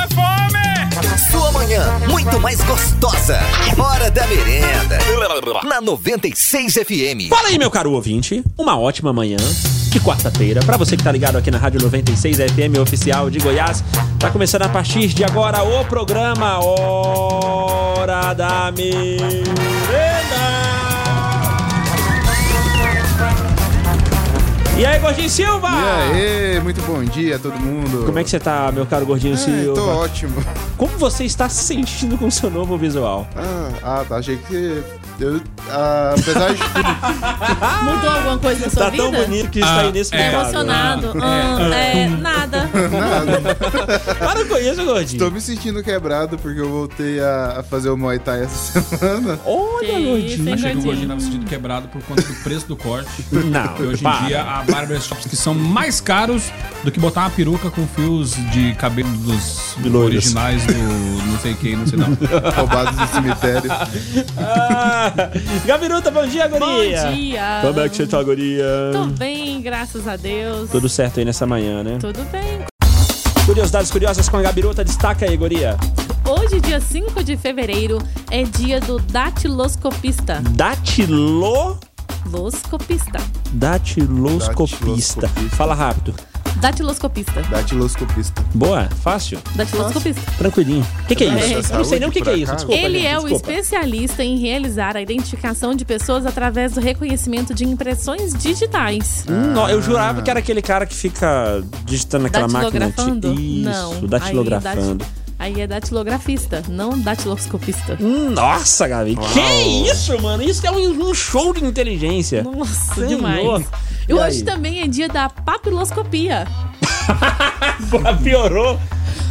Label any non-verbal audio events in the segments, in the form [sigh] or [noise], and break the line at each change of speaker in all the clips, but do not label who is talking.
a
[laughs]
fome!
Sua manhã, muito mais gostosa. Hora da merenda. Na 96 FM.
Fala aí, meu caro ouvinte. Uma ótima manhã de quarta-feira. Pra você que tá ligado aqui na Rádio 96 FM oficial de Goiás, tá começando a partir de agora o programa Hora da Merenda. E aí, Gordinho Silva?
E aí, muito bom dia a todo mundo.
Ah. Como é que você tá, meu caro Gordinho
Ai, É, Tô
Silva?
ótimo.
Como você está se sentindo com o seu novo visual?
Ah, ah, tá, achei que. Eu, ah, apesar de tudo.
Mudou alguma coisa na sua
Tá
vida?
tão bonito que está
Ah,
Tá
inexplicável.
emocionado. Ah, é,
[laughs]
nada.
Para com isso, Gordinho.
Tô me sentindo quebrado porque eu voltei a, a fazer o Muay Thai essa semana. [laughs]
Olha,
Que isso,
Gordinho.
hein,
Achei é que o Gordinho
gordinho?
tava sentindo quebrado por conta do preço do corte.
Não,
E [laughs] hoje
para.
em dia há barbershops que são mais caros do que botar uma peruca com fios de cabelo dos
Loiros.
originais do não sei quem, não sei não.
Roubados do cemitério.
Ah, [laughs] Gabiruta, bom dia,
Bom
guria.
dia.
Como é que você tá, guria?
Tô bem, graças a Deus.
Tudo certo aí nessa manhã, né?
Tudo bem.
Curiosidades curiosas com a Gabiruta, destaca aí, guria.
Hoje, dia 5 de fevereiro, é dia do datiloscopista.
Datilo...
Loscopista.
Datiloscopista.
Datiloscopista.
Fala rápido.
Datiloscopista.
Datiloscopista.
Boa, fácil,
Datiloscopista.
tranquilinho. O que, que é isso?
Você vai
Eu
dar
não sei nem o que, que
saúde
é
pra
isso.
cá?
Desculpa,
Ele
gente,
é o
desculpa.
especialista em realizar a identificação de pessoas através do reconhecimento de impressões digitais.
Hum, ó, eu jurava que era aquele cara que fica digitando naquela máquina.
Datilografando?
Isso,
não.
datilografando.
Aí, é dati- aí é datilografista, não datiloscopista.
Nossa, Gabi, que isso, mano? Isso é um, um show de inteligência.
Nossa,
Senhor.
demais. E
E
hoje
aí?
também é dia da papiloscopia.
[laughs] Porra, piorou.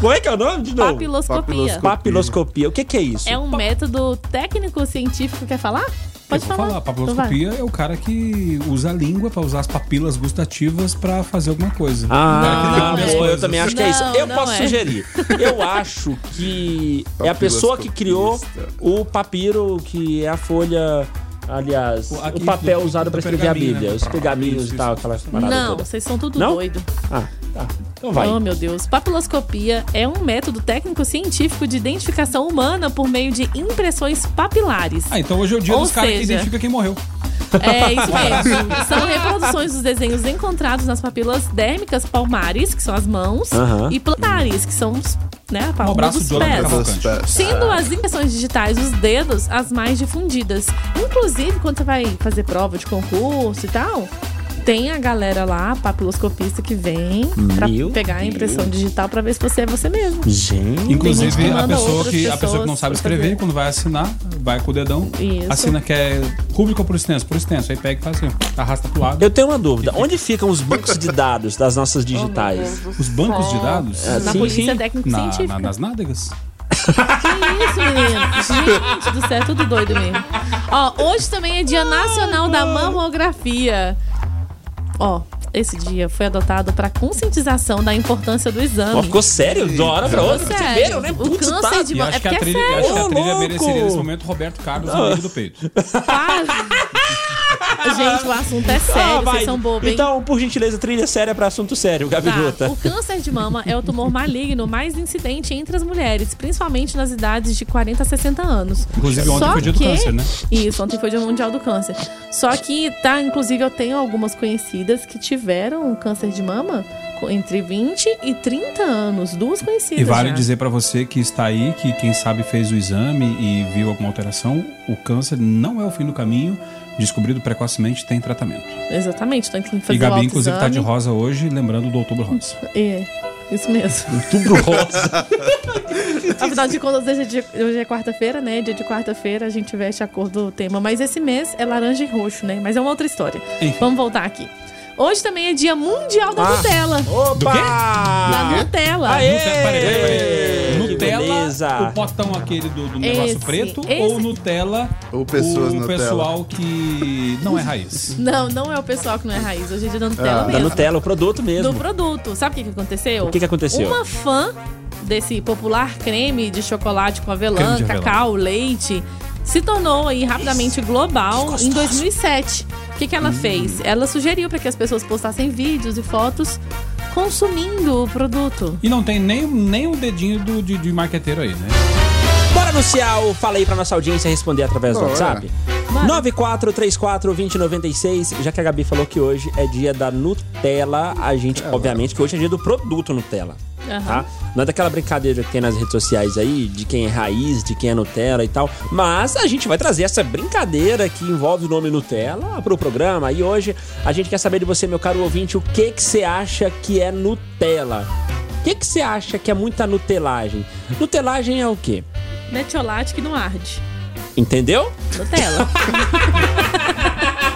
Como é que é o nome de novo?
Papiloscopia.
papilosco-
Papiloscopia. O que, que é isso?
É um método técnico-científico. Quer falar? Pode
Eu
falar.
vou falar.
Então vai.
Papiloscopia é o cara que usa a língua pra usar as papilas gustativas pra fazer alguma coisa.
Ah,
Não,
meu
é.
Deus, eu também acho que é isso.
Não,
Eu
não
posso
é.
sugerir.
[laughs]
Eu acho que é a pessoa que criou o papiro, que é a folha, aliás,
O- aqui,
o papel
do-
usado
do
pra escrever a
pergaminho,
Bíblia,
né?
os pergaminhos
Isso,
e tal,
isso.
aquelas paradas
Não,
todas.
vocês são tudo
Não?
doido.
Ah, tá. Então vai.
Oh, meu Deus. Papiloscopia é um método técnico-científico de identificação humana por meio de impressões papilares.
Ah, então hoje é o dia
Ou
dos caras que
seja-
identifica quem morreu.
É isso mesmo. são reproduções dos desenhos encontrados nas papilas dérmicas palmares, que são as mãos,
Aham.
e plantares, que são os, né, a palma
abraço
dos
de ouro pra
pés.
cada um.
Dos pés.
Sendo as impressões digitais dos dedos as mais difundidas. Inclusive, quando você vai fazer prova de concurso e tal, tem a galera lá, papiloscopista, que vem pra
Meu
pegar a impressão digital pra ver se você é você mesmo.
Gente.
gente que
Inclusive, a
manda
pessoa
outras
que, a pessoa
pessoas
que não sabe
pra fazer.
escrever, quando vai assinar, vai com o dedão,
Isso.
assina que é rúbrica por extenso, por extenso. Aí pega e faz assim, arrasta pro lado.
Eu tenho uma dúvida. Onde ficam os bancos de dados das nossas
Oh,
digitais?
Os bancos de dados?
Na
É, Sim,
polícia
sim.
Na-
técnico-científica.
na- nas nádegas.
Que isso, menino? Gente do céu, é tudo doido mesmo. Ó, hoje também é Dia Nacional da Mamografia. Ó, esse dia foi adotado para conscientização da importância do
Ó,
exame.
ficou sério de uma hora pra outra. Vocês
Sério,
viram, né?
O
Putz, tá...
câncer de
E
mama.
acho
É
que a
porque é
trilha, acho que
sério.
a trilha
Ô,
mereceria
louco!
nesse momento Roberto Carlos, amigo do
[laughs]
peito.
Para.
[laughs]
Gente, o assunto é
Ah,
sério,
vai.
vocês são bobos, hein?
Então, por gentileza, trilha séria pra assunto sério, Gabi
Tá.
Jota.
O câncer de mama é o tumor maligno mais incidente entre as mulheres, principalmente nas idades de 40 a 60 anos.
Inclusive, ontem
Só
foi dia do
que-
câncer, né?
Isso, ontem foi o Dia Mundial do Câncer. Só que, tá, inclusive eu tenho algumas conhecidas que tiveram um câncer de mama com- entre 20 e 30 anos. Duas conhecidas.
E vale
já.
dizer pra você que está aí, que quem sabe fez o exame e viu alguma alteração, o câncer não é o fim do caminho. Descobrido precocemente, tem tratamento.
Exatamente, então tem que fazer
e Gabi,
o
inclusive, tá de
autoexame.
rosa hoje, lembrando do outubro rosa.
É, isso
[laughs]
mesmo.
Outubro rosa.
Afinal de contas, hoje é, dia- hoje é quarta-feira, né? Dia de quarta-feira a gente veste a cor do tema. Mas esse mês é laranja e roxo, né? Mas é uma outra história.
Enfim.
Vamos voltar aqui. Hoje também é dia mundial da
Ah.
Nutella. Da
Opa!
Nutella.
Aê!
Nutella, [laughs] peraí, peraí, peraí.
Que
Nutella,
beleza.
o potão aquele do, do negócio
Esse,
preto,
esse.
ou Nutella,
Ou pessoas
o
Nutella.
pessoal que não
[laughs]
é raiz.
Não, não é o pessoal que não é raiz. Hoje é dia da Nutella
Ah,
Da
mesmo.
Tá Nutella, o produto mesmo.
do produto. Sabe o que, que aconteceu?
O que que aconteceu?
Uma fã desse popular creme de chocolate com avelã,
Creme de avelã.
cacau, leite, se tornou aí rapidamente global em 2007. O que, que
Hum.
ela fez? Ela sugeriu para que as pessoas postassem vídeos e fotos consumindo o produto.
E não tem nem, nem o dedinho do, de, de marqueteiro aí, né?
Bora anunciar o Fala aí pra nossa audiência responder através do
Bora.
WhatsApp. 94342096, já que a Gabi falou que hoje é dia da Nutella, a gente, obviamente, que hoje é dia do produto Nutella.
Aham.
Tá? Não é daquela brincadeira que tem nas redes sociais aí, de quem é raiz, de quem é Nutella e tal. Mas a gente vai trazer essa brincadeira que envolve o nome Nutella pro programa. E hoje a gente quer saber de você, meu caro ouvinte, o que que você acha que é Nutella? O que que você acha que é muita Nutelagem? Nutelagem é o quê?
Metiolate que não arde.
Entendeu? [laughs]
Nutella.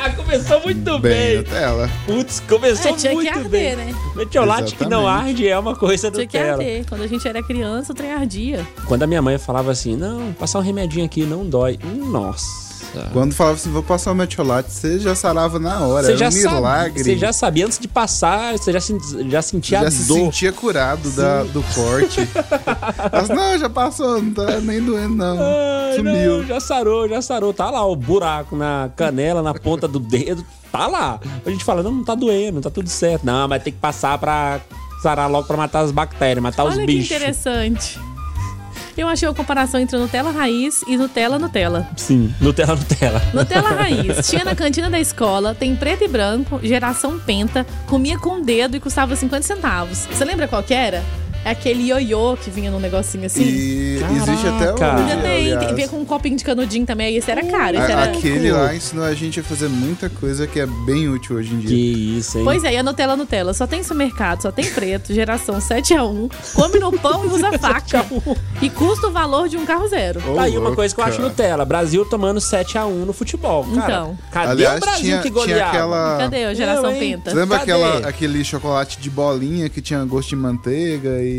Ah, começou muito
Bem,
bem.
na tela.
Putz, começou
É, tinha que
muito bem.
arder, né?
Metiolate que não
Exatamente.
arde é uma coisa do
Tinha que arder. Quando a gente era criança, o trem ardia.
Quando a minha mãe falava assim, não, passar um remedinho aqui não dói. Hum, Nossa.
Quando falava assim, vou passar o metiolate, você já sarava na hora.
Você
era
já,
um
sabe-
milagre.
você já sabia antes de passar, você já, sen- já sentia
já
a
se
dor.
sentia curado da, do
[laughs]
corte. Mas não, já passou, não tá nem doendo, não.
Ai,
Sumiu.
não, já sarou, já sarou. Tá lá o buraco na canela, na ponta do dedo. Tá lá. A gente fala, não, não tá doendo, tá tudo certo. Não, mas tem que passar pra sarar logo pra matar as bactérias, matar os
Olha que
bichos.
interessante. Eu achei uma comparação entre Nutella raiz e Nutella Nutella.
Sim, Nutella, Nutella.
Nutella raiz. Tinha na cantina da escola, tem preto e branco, geração penta, comia com o dedo e custava 50 centavos. Você lembra qual que era? É aquele ioiô que vinha num negocinho assim.
E existe até hoje,
Caraca.
Já tem, tem,
aliás. É,
vinha com né? um copinho de canudinho também, aí esse era caro, esse
A-
era...
Aquele lá ensinou a gente a fazer muita coisa que é bem útil hoje em dia.
Que isso, hein?
Pois é, e a Nutella Nutella, só tem supermercado, só tem preto, geração 7 a 1 come no pão e
[laughs]
usa faca.
um.
e custa o valor de um carro zero.
Ô,
Tá aí uma
louca.
coisa que eu acho Nutella. Brasil tomando 7x1 no futebol. Cara,
Então.
cadê o
Aliás,
Brasil
tinha,
que
tinha
goleava?
aquela.
Cadê a geração
Não, hein?
penta?
Você lembra
Cadê?
aquela, aquele chocolate de bolinha que tinha gosto de manteiga e.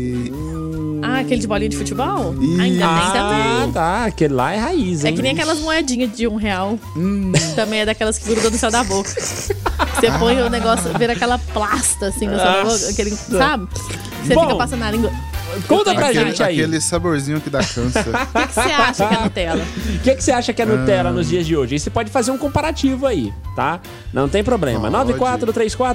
Ah, aquele de bolinha de futebol?
Ih.
Ainda bem também.
Ah, tá. Aquele lá é raiz, hein?
É que nem aquelas moedinhas de um real.
Hum.
[laughs] Também é daquelas que grudam no céu da boca. Você põe o negócio, vira aquela plasta assim na sua
Nossa.
boca, aquele, sabe? Você
Bom.
fica passando na língua.
Conta pra
Aquele,
gente aí.
aquele saborzinho que
[laughs]
dá câncer.
O que que você acha que é Nutella?
O que, que você acha que é Nutella
Ah.
nos dias de hoje? E você pode fazer um comparativo aí, tá? Não tem problema.
Pode.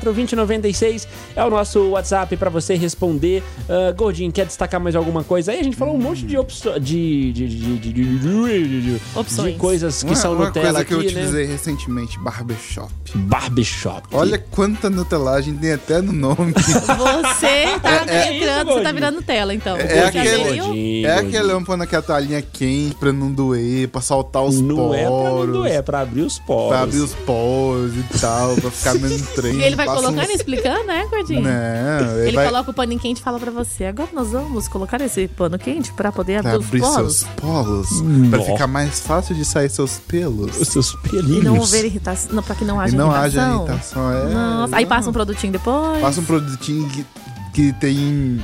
94342096 é o nosso WhatsApp pra você responder. Ah, Gordinho, quer destacar mais alguma coisa? Aí a gente falou um monte de opções. De, de, de, de, de- de- de-
Opções.
De coisas que
uma,
são
uma
Nutella
coisa
aqui,
que eu
né?
utilizei recentemente, barbershop.
Barbershop.
Olha quanta nutelagem tem até
[laughs]
no nome.
Você tá
é isso,
entrando, você tá
gordinho.
virando Nutella, então.
É
Você
aquele-
aderiu?
Gordinho,
é
gordinho.
aquele lâmpana que a talinha quente pra não doer, pra soltar os
Não
poros.
é pra não doer, é pra abrir os poros.
Pra abrir os poros e tal, pra ficar menos trem.
E ele vai
passa
colocando e
uns...
explicando, né, Gordinho?
Não, ele,
Ele
vai
coloca o pano quente e fala pra você: agora nós vamos colocar esse pano quente pra poder
pra
abrir os
abrir
poros
seus poros, pra
Nossa.
ficar mais fácil de sair seus pelos.
os seus
e
pelinhos.
não haver irritação, não, pra que não haja
e não haja
irritação.
irritação. É,
Nossa, aí
não.
passa um produtinho depois.
Passa um produtinho que, que tem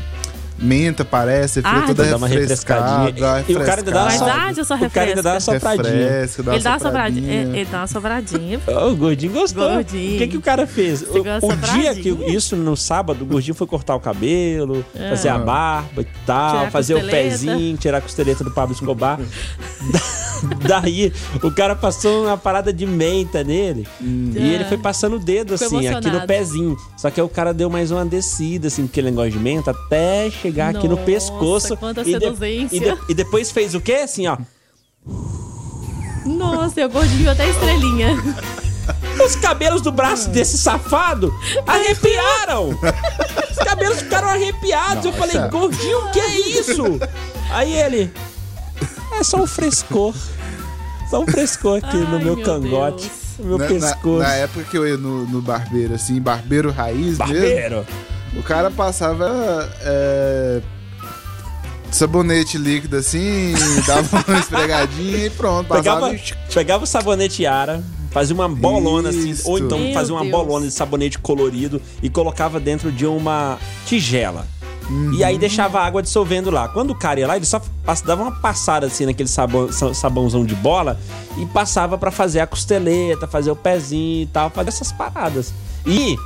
menta, parece, fica
Ah,
toda
então dá uma
refrescada.
refrescadinha. E o cara ainda dá uma
Mas
só-
refrescada,
arde ou só
O cara ainda dá uma
refresca?
sopradinha.
refresca, dá uma
Ele dá uma é, sobradinha.
sopradinha.
Ele, ele dá uma sobradinha.
Ó, o gordinho gostou.
Gordinho.
O que, que o cara fez? O,
Pegou essa
o dia que
bradinha.
eu- isso no sábado, o gordinho foi cortar o cabelo, fazer a barba e tal,
É. Tirar a
fazer o
costeleta.
pezinho, tirar a costeleta do Pablo Escobar. [laughs] Da- Daí o cara passou uma parada de menta nele e ele foi passando o dedo
Hum. É. Ficou
assim, aqui no
emocionado.
pezinho. Só que aí o cara deu mais uma descida, assim, porque ele negócio de menta, até chegar aqui no
Nossa,
pescoço.
quanta
e, de-
seduzência.
e de- e depois fez o quê? Assim, ó.
[laughs] Nossa, eu gordinho até estrelinha.
Os cabelos do braço desse safado arrepiaram! Os cabelos ficaram arrepiados. Eu falei, gordinho, o que é isso? Aí ele. É só um frescor. Só um frescor aqui no
Ai,
meu,
meu
cangote.
Deus.
No meu
Na, na,
pescoço.
na época que eu ia no, no barbeiro, assim, barbeiro raiz mesmo,
Barbeiro.
o cara passava é, sabonete líquido assim, [laughs] dava uma esfregadinha e pronto. Passava
Pegava,
e tchic,
pegava o sabonete Ara, fazia uma bolona assim,
Isso.
ou então
Meu
fazia uma
Deus.
bolona de sabonete colorido e colocava dentro de uma tigela. E
Uhum.
aí deixava a água dissolvendo lá. Quando o cara ia lá, ele só pass- dava uma passada assim naquele sabão, sa- sabãozão de bola e passava pra fazer a costeleta, fazer o pezinho e tal, fazer essas paradas. E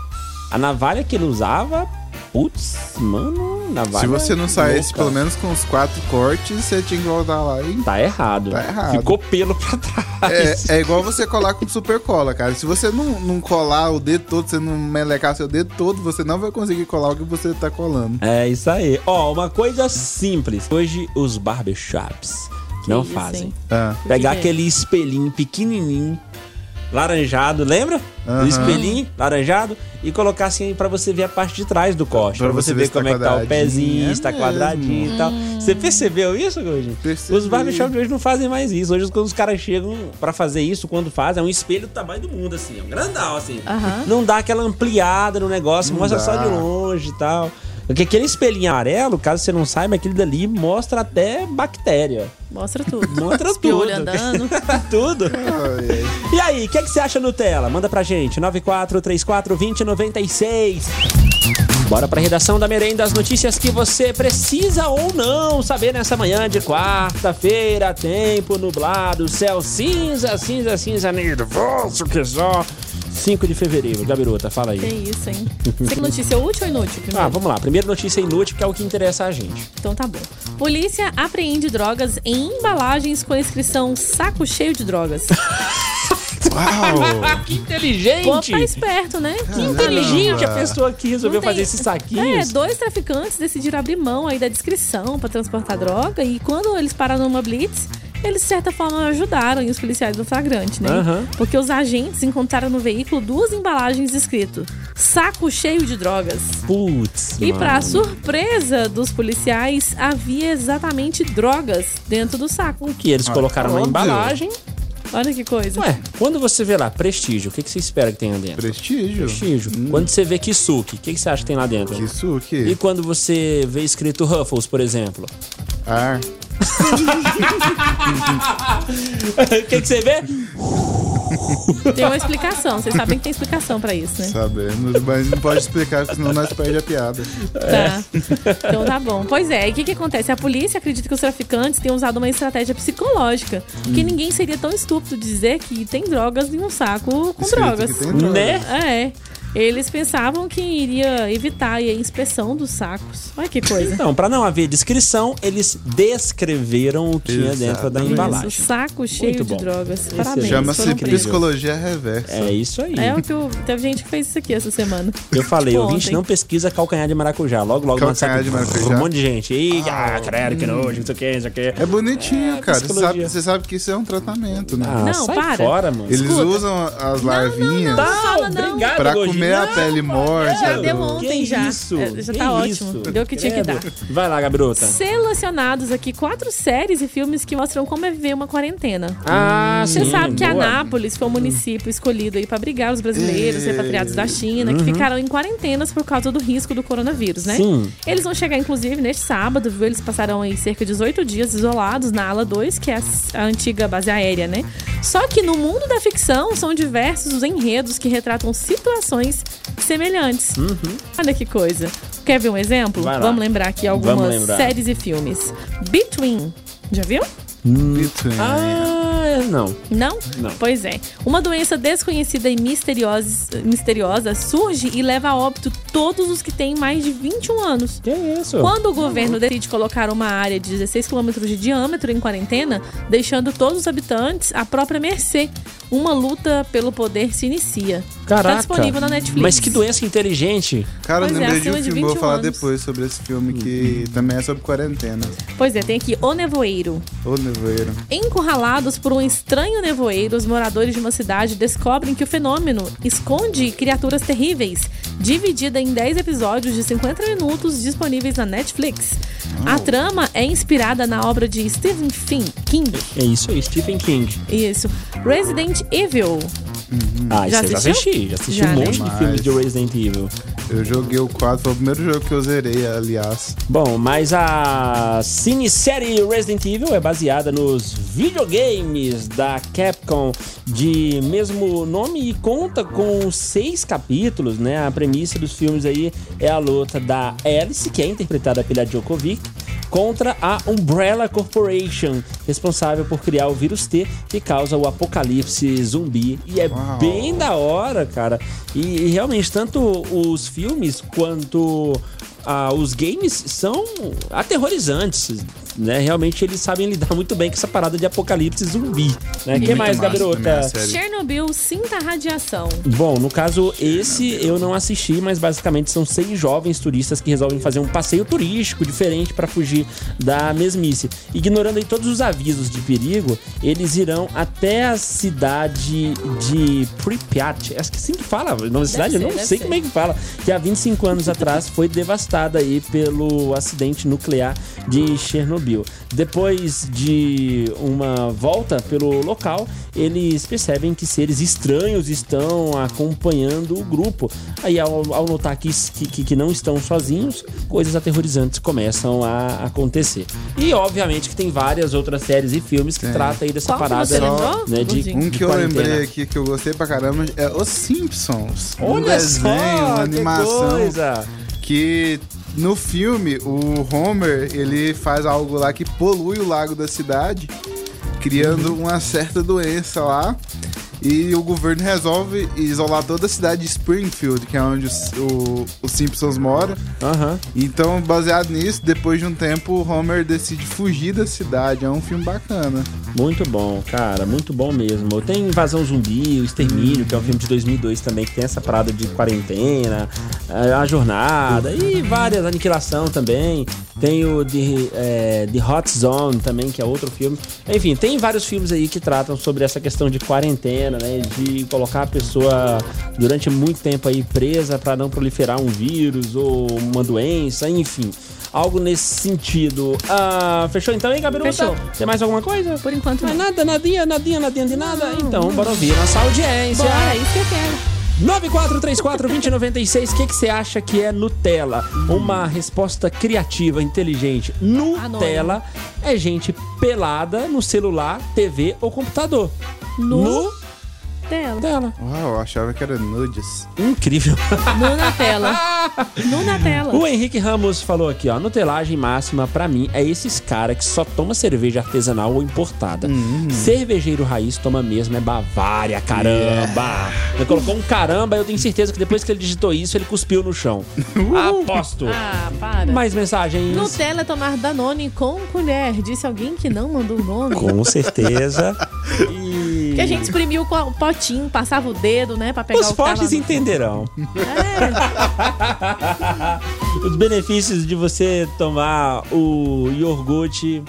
a navalha que ele usava Putz, mano, na vaga.
Se você não saísse
louca.
pelo menos com os quatro cortes, você tinha que voltar lá
[laughs]
e.
Tá errado.
Tá errado.
Ficou pelo pra trás.
É, é igual você colar com super cola, cara. Se você não, não colar o dedo todo, você não melecar seu dedo todo, você não vai conseguir colar o que você
[laughs]
tá colando.
É isso aí. Ó, uma coisa simples. Hoje os barbershops não
isso,
fazem.
hein?
Ah,
Pegar
que é?
aquele espelhinho pequenininho, laranjado, lembra? Do
Aham.
espelhinho laranjado e colocar assim pra você ver a parte de trás do corte, pra, você ver
se tá
como é que tá o
quadradinho.
pezinho,
É
se tá
mesmo.
quadradinho e tal. Você percebeu isso, Gordinho?
Percebi.
Os barbershops de hoje não fazem mais isso. Hoje, quando os caras chegam pra fazer isso, quando fazem, é um espelho do tamanho do mundo, assim, é um grandão, assim.
Aham.
Não dá aquela ampliada no negócio,
Não
mostra
dá.
só de longe e tal. Porque aquele espelhinho amarelo, caso você não saiba, aquele dali mostra até bactéria.
Mostra tudo.
Mostra
Os piolhos
tudo. [laughs]
andando.
é Tudo.
ai, ai.
E aí, o que, é que você acha Nutella? Manda pra gente, 94342096. Bora pra redação da Merenda, as notícias que você precisa ou não saber nessa manhã de quarta-feira. Tempo nublado, céu cinza, cinza, cinza, nervoso que só. 5 de fevereiro, Gabiruta, fala
Que
aí.
isso, hein? Você que notícia é útil ou inútil? Primeiro?
Ah, vamos lá. Primeira notícia inútil, que é o que interessa a gente.
Então tá bom. Polícia apreende drogas em embalagens com a inscrição saco cheio de drogas.
Uau!
que inteligente!
Pô, tá esperto, né?
Que inteligente a
Caramba.
pessoa que resolveu
Não tem-
fazer esses
É,
saquinhos.
dois traficantes decidiram abrir mão aí da descrição pra transportar droga e quando eles pararam numa blitz, eles de certa forma ajudaram aí os policiais do flagrante, né?
Aham.
Porque os agentes encontraram no veículo duas embalagens escrito saco cheio de drogas.
Putz.
E pra
mano.
surpresa dos policiais, havia exatamente drogas dentro do saco.
que eles colocaram na
Ah, óbvio.
embalagem.
Olha que coisa.
Ué, quando você vê lá prestígio, o que, que você espera que tenha dentro?
Prestígio.
Prestígio.
Hum.
Quando você vê Kisuki, o que, que você acha que tem lá dentro?
Isso
E
que.
quando você vê escrito Ruffles, por exemplo? [laughs]
Ar.
O que, que você vê?
Tem uma explicação, vocês sabem que tem explicação pra isso, né?
Sabemos, mas não pode explicar, porque senão nós perde a piada.
Tá. [laughs] Então tá bom. Pois é, e o que, que acontece? A polícia acredita que os traficantes tenham usado uma estratégia psicológica.
Hum.
Porque ninguém seria tão estúpido de dizer que tem drogas em um saco com
Escrito
drogas.
que tem droga.
Né?
É. Eles pensavam que iria evitar aí a inspeção dos sacos. Olha que
[laughs]
coisa.
Então, pra não haver descrição, eles descreveram o que
Exatamente.
é dentro da
O
embalagem.
saco cheio de
bom.
drogas. Parabéns.
Chama-se
foram presos.
psicologia reversa.
É isso aí.
É o que eu, teve gente que fez isso aqui essa semana.
Eu falei,
Tipo
ouvinte,
ontem.
não pesquisa calcanhar de maracujá. Logo, logo,
Calcanhar de maracujá. hum.
um monte de gente. Ih, ah, credo, que nojo, não sei o que, não sei o que.
É bonitinho,
É,
cara. Você
psicologia.
sabe, você sabe que isso é um tratamento, né?
Ah,
Não,
sai
para.
fora, mano. Tá,
Eles
escuta.
usam as larvinhas
não fala, não.
obrigado,
pra
Gordinho.
comer a
Não,
pele morta.
Já deu
do-
um- Ontem
que
já.
Isso?
É, já
Que
tá
isso?
ótimo. Deu o que tinha que
Credo. Vai lá, Gabrota.
Selecionados aqui quatro séries e filmes que mostram como é viver uma quarentena.
Ah,
Você sabe que
boa.
Anápolis foi o município escolhido aí para brigar os brasileiros
É.
repatriados da China
Uhum.
que ficaram em quarentenas por causa do risco do coronavírus, né?
Sim.
Eles vão chegar inclusive neste sábado, viu? Eles passarão aí cerca de 18 dias isolados na ala 2, que é a, s- a antiga base aérea, né? Só que no mundo da ficção são diversos os enredos que retratam situações semelhantes. Olha que coisa. Quer ver um exemplo?
Uhum. Vai lá.
Vamos lembrar aqui algumas
Vamos lembrar.
séries e filmes. Between. Já viu?
Between.
Ah, não.
Não?
Não.
Pois é. Uma doença desconhecida e misteriosa, misteriosa surge e leva a óbito todos os que têm mais de 21 anos.
Que é isso?
Quando o governo decide colocar uma área de 16 quilômetros de diâmetro em quarentena, deixando todos os habitantes à própria mercê, uma luta pelo poder se inicia.
Caraca.
Tá disponível na Netflix.
Mas que doença inteligente.
Cara, eu
Pois é,
lembrei de um
acima de
filme, vou
21
falar
anos.
depois sobre esse filme que
Uhum.
também é sobre quarentena.
Pois é, tem aqui O Nevoeiro.
Ô, nevoeiro.
Encurralados por um estranho nevoeiro, os moradores de uma cidade descobrem que o fenômeno esconde criaturas terríveis, dividida em 10 episódios de 50 minutos disponíveis na Netflix. A trama é inspirada na obra de Stephen Fin- King.
É isso aí, Stephen King.
Isso. Resident Evil.
Ah,
Já
isso eu já
assistiu?
assisti. Já assisti
Já,
um
né?
monte de
Mas-
filmes de Resident Evil.
Eu joguei o 4, foi o primeiro jogo que eu zerei, aliás.
Bom, mas a cinesérie Resident Evil é baseada nos videogames da Capcom de mesmo nome e conta com seis capítulos, né? A premissa dos filmes aí é a luta da Alice, que é interpretada pela Djokovic, contra a Umbrella Corporation, responsável por criar o vírus T que causa o apocalipse zumbi. E é
Uau.
bem da hora, cara. E, e realmente, tanto os filmes quanto ah, os games são aterrorizantes. Né? Realmente eles sabem lidar [laughs] muito bem com essa parada de apocalipse zumbi. O né? que
Muito
mais,
massa também
Gabirota?
a série.
Chernobyl, sinta a radiação.
Bom, no caso, esse eu não assisti, mas basicamente são seis jovens turistas que resolvem fazer um passeio turístico diferente para fugir da mesmice. Ignorando aí todos os avisos de perigo, eles irão até a cidade de Pripyat. Acho que assim que fala, o nome da cidade, eu
ser,
não
deve
sei
ser.
como é que fala. Que há 25 anos atrás foi devastada aí pelo acidente nuclear de Chernobyl. Depois de uma volta pelo local, eles percebem que seres estranhos estão acompanhando o grupo. Aí, ao, ao notar que, que, que não estão sozinhos, coisas aterrorizantes começam a acontecer. E, obviamente, que tem várias outras séries e filmes que tratam aí dessa
Qual que
parada
você lembrou?
né, de,
Ludinho?
É. Um
de
que eu
quarentena.
lembrei aqui que eu gostei pra caramba é Os Simpsons. um
Olha
desenho,
só,
uma
que
animação
coisa.
que no filme o Homer ele faz algo lá que polui o lago da cidade, criando uma certa doença lá. E o governo resolve isolar toda a cidade de Springfield, que é onde os, o- os Simpsons moram.
Aham.
Então, baseado nisso, depois de um tempo, o Homer decide fugir da cidade. É um filme bacana.
Muito bom, cara, muito bom mesmo. Tem Invasão Zumbi, O Extermínio, que é um filme de 2002 também, que tem essa parada de quarentena, eh, A Jornada e várias, Aniquilação também. Tem o The, eh, The Hot Zone também, que é outro filme. Enfim, tem vários filmes aí que tratam sobre essa questão de quarentena, né? De colocar a pessoa durante muito tempo aí presa pra não proliferar um vírus ou uma doença, enfim. Algo nesse sentido. Ah, fechou então, hein, Gabiruta?
Fechou.
Tem mais alguma coisa?
Por enquanto,
Mas
não.
nada, nadinha, nadinha, nadinha de nada. então, bora ouvir a nossa audiência.
Bora, é isso que eu quero.
9434-2096, o que que você acha que é Nutella? Uma resposta criativa, inteligente. Nutella é gente pelada no celular, TV ou computador.
Nu- Tela.
Nutella.
Uau, eu achava que era nudes.
Incrível.
Nu na tela. Nu na tela.
O Henrique Ramos falou aqui, ó. Nutelagem máxima pra mim é esses caras que só toma cerveja artesanal ou importada. Cervejeiro raiz toma mesmo é Bavária, caramba. Ele colocou um caramba, eu tenho certeza que depois que ele digitou isso, ele cuspiu no chão. Aposto.
Ah, para.
Mais mensagens.
Nutella é tomar Danone com colher. Disse alguém que não mandou o nome.
Com certeza. E...
Que a gente exprimiu com a- o potinho, passava o dedo, né, pra pegar
Os
o que tava
fortes
no- É,
entenderão. Os benefícios de você tomar o iogurte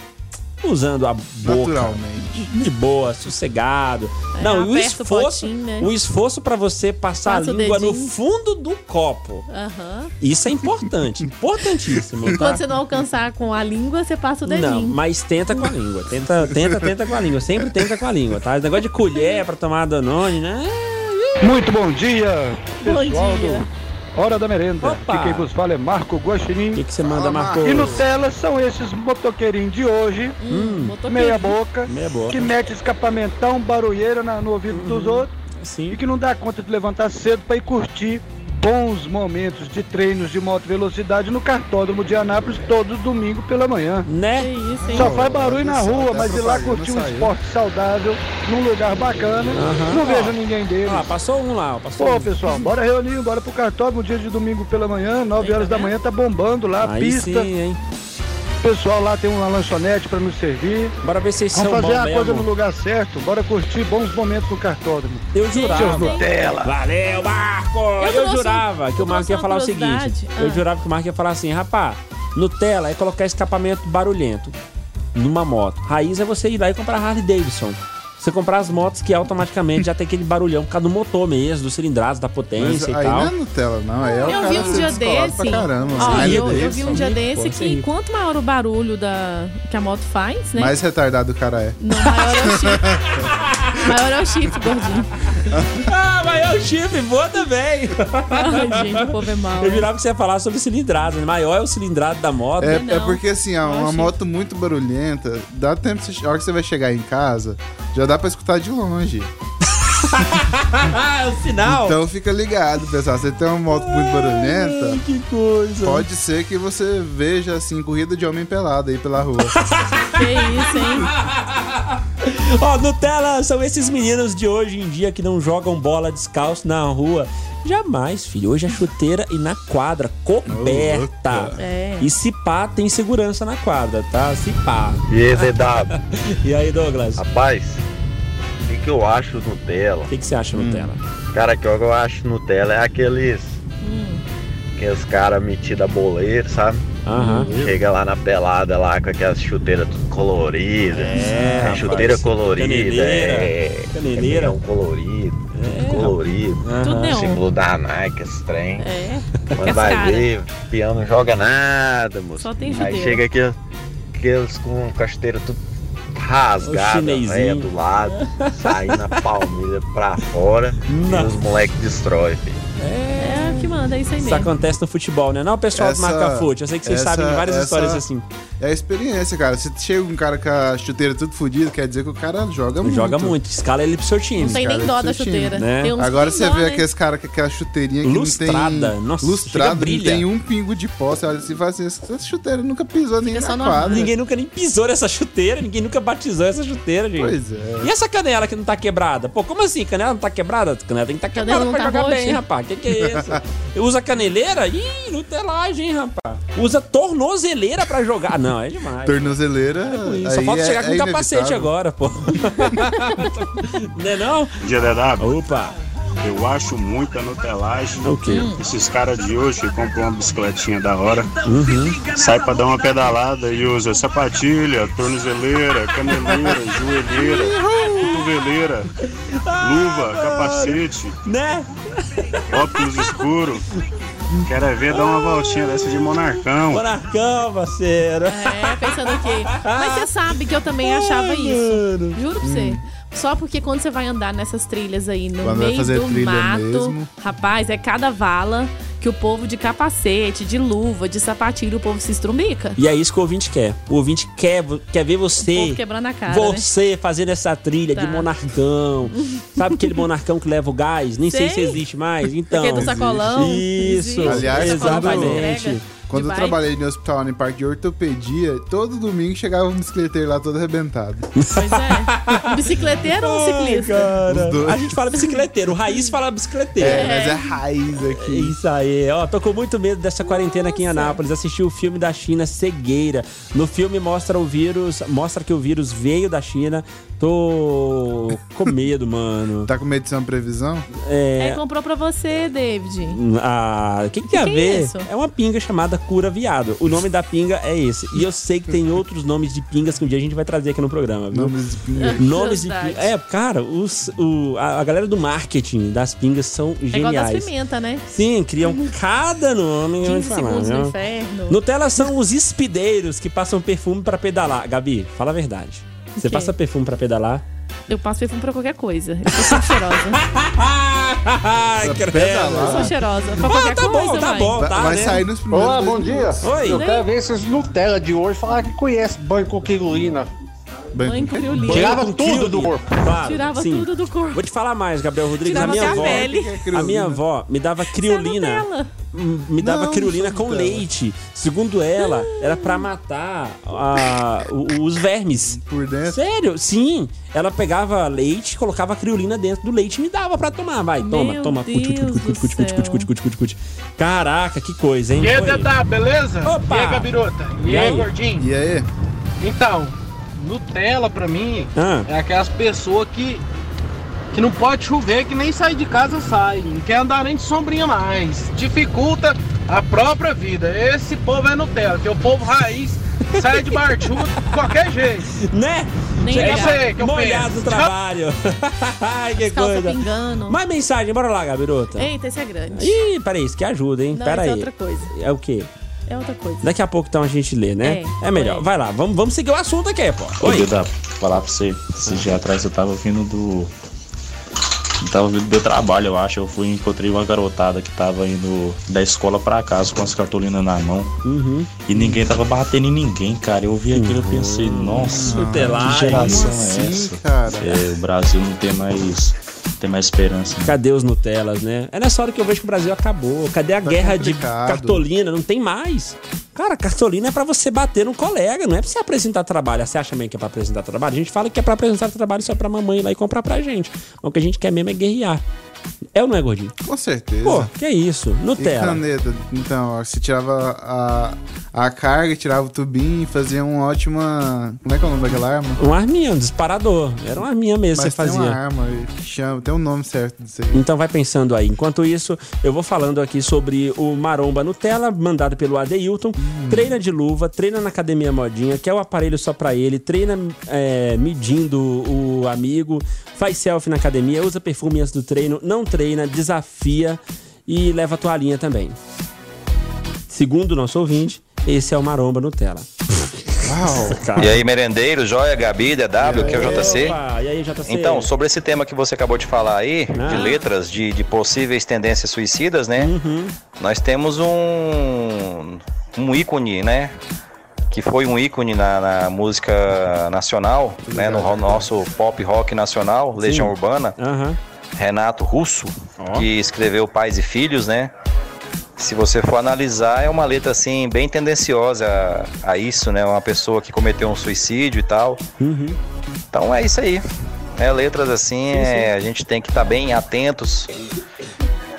usando a boca.
Naturalmente.
de boa, sossegado.
É,
Não, e o
aperta o
esforço,
potinho, né?
o esforço para você passar
Passa
a
o
língua no
dedinho.
fundo do copo.
Aham.
Isso é
[laughs]
importante, importantíssimo, tá?
Quando você não alcançar com a língua, você passa o
Não,
dedinho.
mas tenta com a língua. Tenta, tenta, tenta com a língua. Sempre tenta com a língua, tá? Esse negócio de colher pra tomar Danone, né?
Muito bom dia,
Bom
pessoal
dia.
do Hora da Merenda.
Opa.
Que quem vos fala é Marco
O
Guaxinim.
que, que você manda, Marco?
E Nutella são esses motoqueirinhos de hoje,
Hum, botou
meia
queijo.
boca,
Meia boca. Uhum.
que mete escapamentão, barulheira na- no ouvido dos outros e
Sim.
que não dá conta de levantar cedo para ir curtir bons momentos de treinos de moto velocidade no cartódromo de Anápolis todo domingo pela manhã.
Que
Né?
isso, hein?
Só é faz barulho na
Atenção,
rua,
até
mas ir lá
propaganda
curtir um
saiu.
esporte saudável num lugar bacana,
Aham.
não vejo ninguém
Olha
deles.
lá, passou um lá, ó, passou
Pô,
um.
pessoal, bora reunir, bora pro cartódromo, dia de domingo pela manhã, 9 horas da manhã, tá bombando lá a
Aí
pista.
sim, hein?
O pessoal lá tem uma lanchonete pra nos servir.
Bora ver se vocês
Vamos
são
fazer
bons
a coisa no
mesmo.
lugar certo, bora curtir bons momentos no cartódromo.
Eu jurava.
Nutella!
Valeu, Marco! Eu,
trouxe um-
jurava que
eu
o Marco
trouxe
ia
uma
falar o
curiosidade.
seguinte.
Ah.
Eu jurava que o Marco ia falar assim, rapá, Nutella é colocar escapamento barulhento numa moto. Raiz é você ir lá e comprar Harley Davidson. Você comprar as motos que automaticamente já tem aquele barulhão por causa do motor mesmo, do cilindrado, da
Mas
potência
aí
e
não é
tal.
Nutella, não. Aí é o
Eu
cara
vi um
ser
dia
descolado
desse.
pra caramba.
Ó,
assim,
Harley
eu, eu
Davidson.
vi um dia
Sim,
desse
pode
que
ser.
quanto maior o barulho da, que a moto faz, né?
Mais retardado o cara é.
Não, maior é o chip. maior é o chip, gordinho.
[laughs] Ah, mas é o chip, boa também!
Ai, gente, o povo é mau.
Eu jurava que você ia falar sobre cilindrado. né? Maior é o cilindrado da moto.
É,
né?
Não.
é porque assim, ó, uma
achei.
moto muito barulhenta, dá tempo, de- a hora que você vai chegar em casa, já dá pra escutar de longe.
Ah, é o sinal!
Então fica ligado, pessoal. Você tem uma moto muito
Ai,
barulhenta,
que coisa!
pode ser que você veja, assim, corrida de homem pelado aí pela rua.
Que isso, hein?
Ó, Nutella são esses meninos de hoje em dia que não jogam bola descalço na rua Jamais, filho. Hoje é chuteira e na quadra, coberta.
É.
E se pá, tem segurança na quadra, tá? Se pá.
E aí, ZW,
E aí,
Hum.
Douglas? O
rapaz, o que, que eu acho Nutella?
que, que você acha, Nutella?
Cara, que eu acho Nutella é aqueles. Aqueles caras metidos a boleiro, sabe?
Aham.
Chega lá na pelada lá com aquelas chuteiras tudo coloridas.
É, rapaz.
chuteira colorida,
Caneleira.
é.
Caneleira.
caminhão colorido,
É,
colorido.
Tudo
Aham.
neon.
Símbolo da Nike, esse trem.
É.
Quando
Cascada.
vai ver, o peão não joga nada, moço.
Só tem
Aí
chuteira.
chega aqui, aqueles com casteira tudo rasgada,
chinesinho.
né, do lado, saindo a palmilha pra fora
Nossa.
e os moleques destroem, filho.
É o que manda, é isso aí
Isso
mesmo.
acontece no futebol, né? Não, pessoal do
Essa-
marca fute. Eu sei que vocês
essa-
sabem várias
essa-
histórias assim.
É a experiência, cara. Se chega um cara com a chuteira tudo fodido, quer dizer que o cara joga muito.
Joga muito, escala ele pro seu time.
Não tem nem
cara,
dó
esse
da
time,
chuteira.
né?
Tem uns
Agora
que
você
tem dó,
vê
né?
aqueles caras com aquela chuteirinha que não
Lustrada.
tem...
Nossa,
Lustrada,
chega,
não
brilha.
tem um pingo de pó. Você olha assim e fala assim, essa chuteira nunca pisou nem
só
na
no
quadra.
Ninguém nunca nem pisou nessa chuteira, ninguém nunca batizou essa chuteira, gente.
Pois é.
E essa canela que não tá quebrada? Pô, como assim? Canela não tá quebrada? Canela tem que tá quebrada
Canela não
pra
tá
jogar
roxa.
bem, rapaz. Que que
[laughs]
é isso? Eu usa caneleira? Ih, nutelagem, hein, rapaz. Usa tornozeleira pra jogar. Não, é demais.
Tornozeleira.
Isso, Só
aí
falta
é-
chegar com
é
um capacete
inevitável.
agora, pô. [laughs] não é não?
Dia DW,
Opa.
eu acho muita nutelagem.
O quê?
Esses caras de hoje que compram uma bicicletinha da hora,
Uhum.
sai pra dar uma pedalada e usa sapatilha, tornozeleira, caneleira, joelheira,
Uhum.
cotoveleira, luva, capacete,
Né?
óculos escuro. Quero é ver dar uma voltinha dessa de monarcão.
Monarcão, parceiro.
É, pensando aqui. Mas você sabe que eu também achava isso. Juro pra você. Só porque quando você vai andar nessas trilhas aí no
Hum. Quando vai
meio
fazer
do
trilha
mato,
mesmo.
rapaz, é cada vala que o povo de capacete, de luva, de sapatilho, o povo se estrumbica.
E é isso que o ouvinte quer. O ouvinte quer, quer ver
O
você.
povo quebrando a cara, né?
Você fazendo essa trilha
Tá.
de monarcão. Sabe
[laughs]
aquele monarcão que leva o gás? Nem sei,
Sei.
se existe mais. Então.
Aquele do sacolão.
Isso.
Existe.
Aliás,
Sacolão faz
quando-
entrega,
Quando
de
eu
bike.
trabalhei no hospital no parque de ortopedia, todo domingo chegava um bicicleteiro lá todo arrebentado.
Pois é. Um bicicleteiro ou um ciclista?
Os dois.
A gente fala bicicleteiro. O Raiz fala bicicleteiro.
É, mas é raiz
É
aqui.
Isso aí, ó, tô com muito medo dessa quarentena aqui em Anápolis. Assisti o filme da China Cegueira. No filme mostra o vírus, mostra que o vírus veio da China. Tô com medo, mano.
Tá com medo de ser uma previsão?
É, comprou pra você, David.
Ah, o que, que tem a
Que que é
ver?
isso?
É, uma pinga chamada cura viado. O nome da pinga é esse. E eu sei que tem outros nomes de pingas que um dia a gente vai trazer aqui no programa, viu?
Nomes de pinga.
Nomes de
Curiosidade.
pingas. É, cara, os, o, a, a galera do marketing das pingas são
É igual das
geniais.
pimenta, né?
Sim, criam cada nome. eu vou te
15
falar,
segundos
viu?
no inferno.
Nutella são os espideiros que passam perfume pra pedalar. Gabi, fala a verdade. Você
quê?
passa perfume pra
[laughs]
pedalar?
Eu passo perfume pra qualquer coisa. Eu sou sempre
[laughs]
cheirosa.
Ai, credo.
Eu sou
Pedalar.
cheirosa. Pra
Ah,
qualquer
tá
coisa,
bom, tá
vai.
bom,
Vai,
tá,
vai
né?
sair nos primeiros.
Olá, bom
dois
dia. Eu
Oi.
quero ver esses Nutella de hoje falar que conhece banho com quilulina.
Mãe
é
Bem,
cobriu o livro.
Tirava
Com
tudo do
Kilby.
corpo.
Claro,
Tirava
sim.
tudo do corpo.
assim, Vou te falar mais, Gabriel Rodrigues.
Tirava
a minha
até a
avó.
pele.
A minha avó me dava criolina.
Isso é Nutella.
Hum, Me dava
Não,
criolina
não
com
sou Nutella.
leite. Segundo ela, era pra matar a- o- os vermes.
Por dentro.
Sério? Sim. Ela pegava leite, colocava a criolina dentro do leite e me dava pra tomar. Vai, toma,
Meu
toma. Cuti, cuti, cuti,
Deus do
cuti, cuti, cuti,
céu.
cuti, cuti, cuti, cuti. Caraca, que coisa, hein?
E aí,
Foi.
Dedá, beleza?
Opa!
E aí, Gabirota? E,
E
aí,
aí?
gordinho?
E aí?
Então, Nutella pra mim
Ah.
é aquelas pessoas que, que não pode chover, que nem sair de casa sai. Não quer andar nem de sombrinha mais. Dificulta a própria vida. Esse povo é Nutella, que é o povo raiz. Sai de barchudo de qualquer jeito.
Né?
Nem
Chega
legal.
sei que eu
molhado
penso.
do trabalho. Ai, que
Calça
coisa.
pingando.
Mais mensagem, bora lá, Gabirota.
Eita, esse é grande.
Ih, peraí, isso que ajuda, hein?
Não,
Pera
isso é
aí.
outra coisa.
É o quê?
É outra coisa.
Daqui a pouco então a gente lê, né? É,
É,
melhor.
é.
Vai lá, vamos, vamos seguir o assunto aqui, pô. Oi.
dá falar pra você, esses dias atrás eu tava vindo do. Eu tava vindo do meu trabalho, eu acho. Eu fui e encontrei uma garotada que tava indo da escola pra casa com as cartolinas na mão.
Uhum.
E ninguém tava batendo em ninguém, cara. Eu vi aquilo e pensei, nossa, que
Nutelagem.
geração é
Sim,
essa?
cara.
É, o Brasil não tem mais. não Tem mais esperança. né?
Cadê os Nutellas, né? É nessa hora que eu vejo que o Brasil acabou. Cadê a guerra de
Tá complicado.
cartolina? Não tem mais. Cara, cartolina é pra você bater num colega, não é pra você apresentar trabalho. Você acha mesmo que é pra apresentar trabalho? A gente fala que é pra apresentar trabalho só pra mamãe ir lá e comprar pra gente. Mas O que a gente quer mesmo é guerrear. É ou não é, gordinho?
Com certeza.
Pô, que é isso?
E
Nutella.
caneta. Então, ó, você tirava a, a carga, tirava o tubinho e fazia uma ótima. Como é que é o nome daquela arma?
Uma arminha, um disparador. Era uma arminha mesmo que
Mas
você fazia.
Tem uma arma aí que chama, tem um nome certo disso aí.
Então vai pensando aí. Enquanto isso, eu vou falando aqui sobre o Maromba Nutella, mandado pelo Adeilton. Treina de luva, treina na academia modinha, quer o aparelho só pra ele, treina é, medindo o amigo, faz selfie na academia, usa perfume antes do treino, não treina, desafia e leva a toalhinha também. Segundo o nosso ouvinte, esse é o Maromba Nutella. Uau!
E aí, merendeiro, joia, Gabi, DW, que é o JC.
Opa, e aí, JC?
Então, sobre esse tema que você acabou de falar aí, de letras, de, de possíveis tendências suicidas, né? Nós temos um, um ícone, né? Que foi um ícone na, na música nacional, né? No ro- nosso pop rock nacional, Legião Urbana.
Aham.
Renato Russo, que escreveu Pais e Filhos, né? Se você for analisar, é uma letra assim bem tendenciosa a, a isso, né? Uma pessoa que cometeu um suicídio e tal.
Uhum.
Então é isso aí. É letras assim, é, a gente tem que estar bem atentos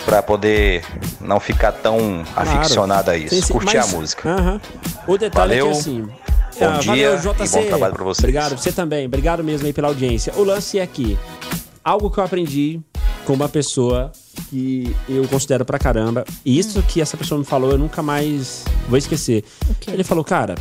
para poder não ficar tão
Claro.
aficionado a isso.
Sim, sim,
Curtir
mas-
a música.
Aham. O detalhe é
Valeu,
que assim.
bom
ah,
dia
valeu,
e
JC.
bom trabalho pra vocês.
Obrigado, você também. Obrigado mesmo aí pela audiência. O lance é que algo que eu aprendi com uma pessoa que eu considero pra caramba, e isso que essa pessoa me falou, eu nunca mais vou esquecer. Ele falou, cara,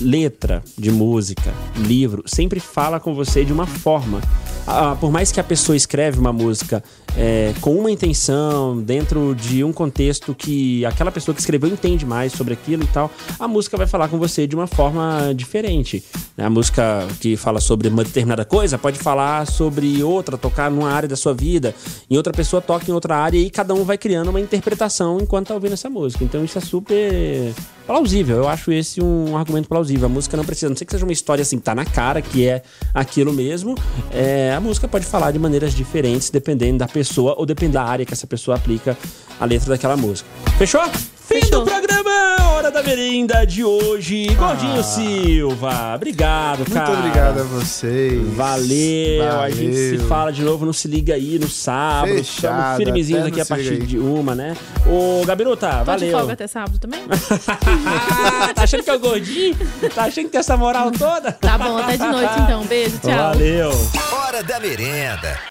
letra de música, livro, sempre fala com você de uma forma. Ah, por mais que a pessoa escreve uma música é, com uma intenção, dentro de um contexto que aquela pessoa que escreveu entende mais sobre aquilo e tal, a música vai falar com você de uma forma diferente. né? A música que fala sobre uma determinada coisa pode falar sobre outra, tocar numa área da sua vida, e outra pessoa toca em outra área, e cada um vai criando uma interpretação enquanto tá ouvindo essa música. Então isso é super plausível. Eu acho esse um argumento plausível. A música não precisa, não sei que seja uma história assim, que tá na cara, que é aquilo mesmo. É, a música pode falar de maneiras diferentes, dependendo da pessoa ou dependendo da área que essa pessoa aplica a letra daquela música. Fechou? Fim do programa, Hora da Merenda de hoje. Gordinho Silva, obrigado,
Ah. Muito
cara.
obrigado a vocês.
Valeu. a gente se fala de novo no Se Liga Aí, no sábado. Estamos
Fechado,
firmezinhos
até
aqui
no
a
Se Liga
partir
Aí.
de uma, né? Ô, Gabiruta,
Tô
valeu.
de folga até sábado também?
Ah, tá achando que é o gordinho? Tá achando que tem essa moral toda? [laughs]
Tá bom, até de noite então. Beijo, então. tchau.
Valeu.
Hora da merenda.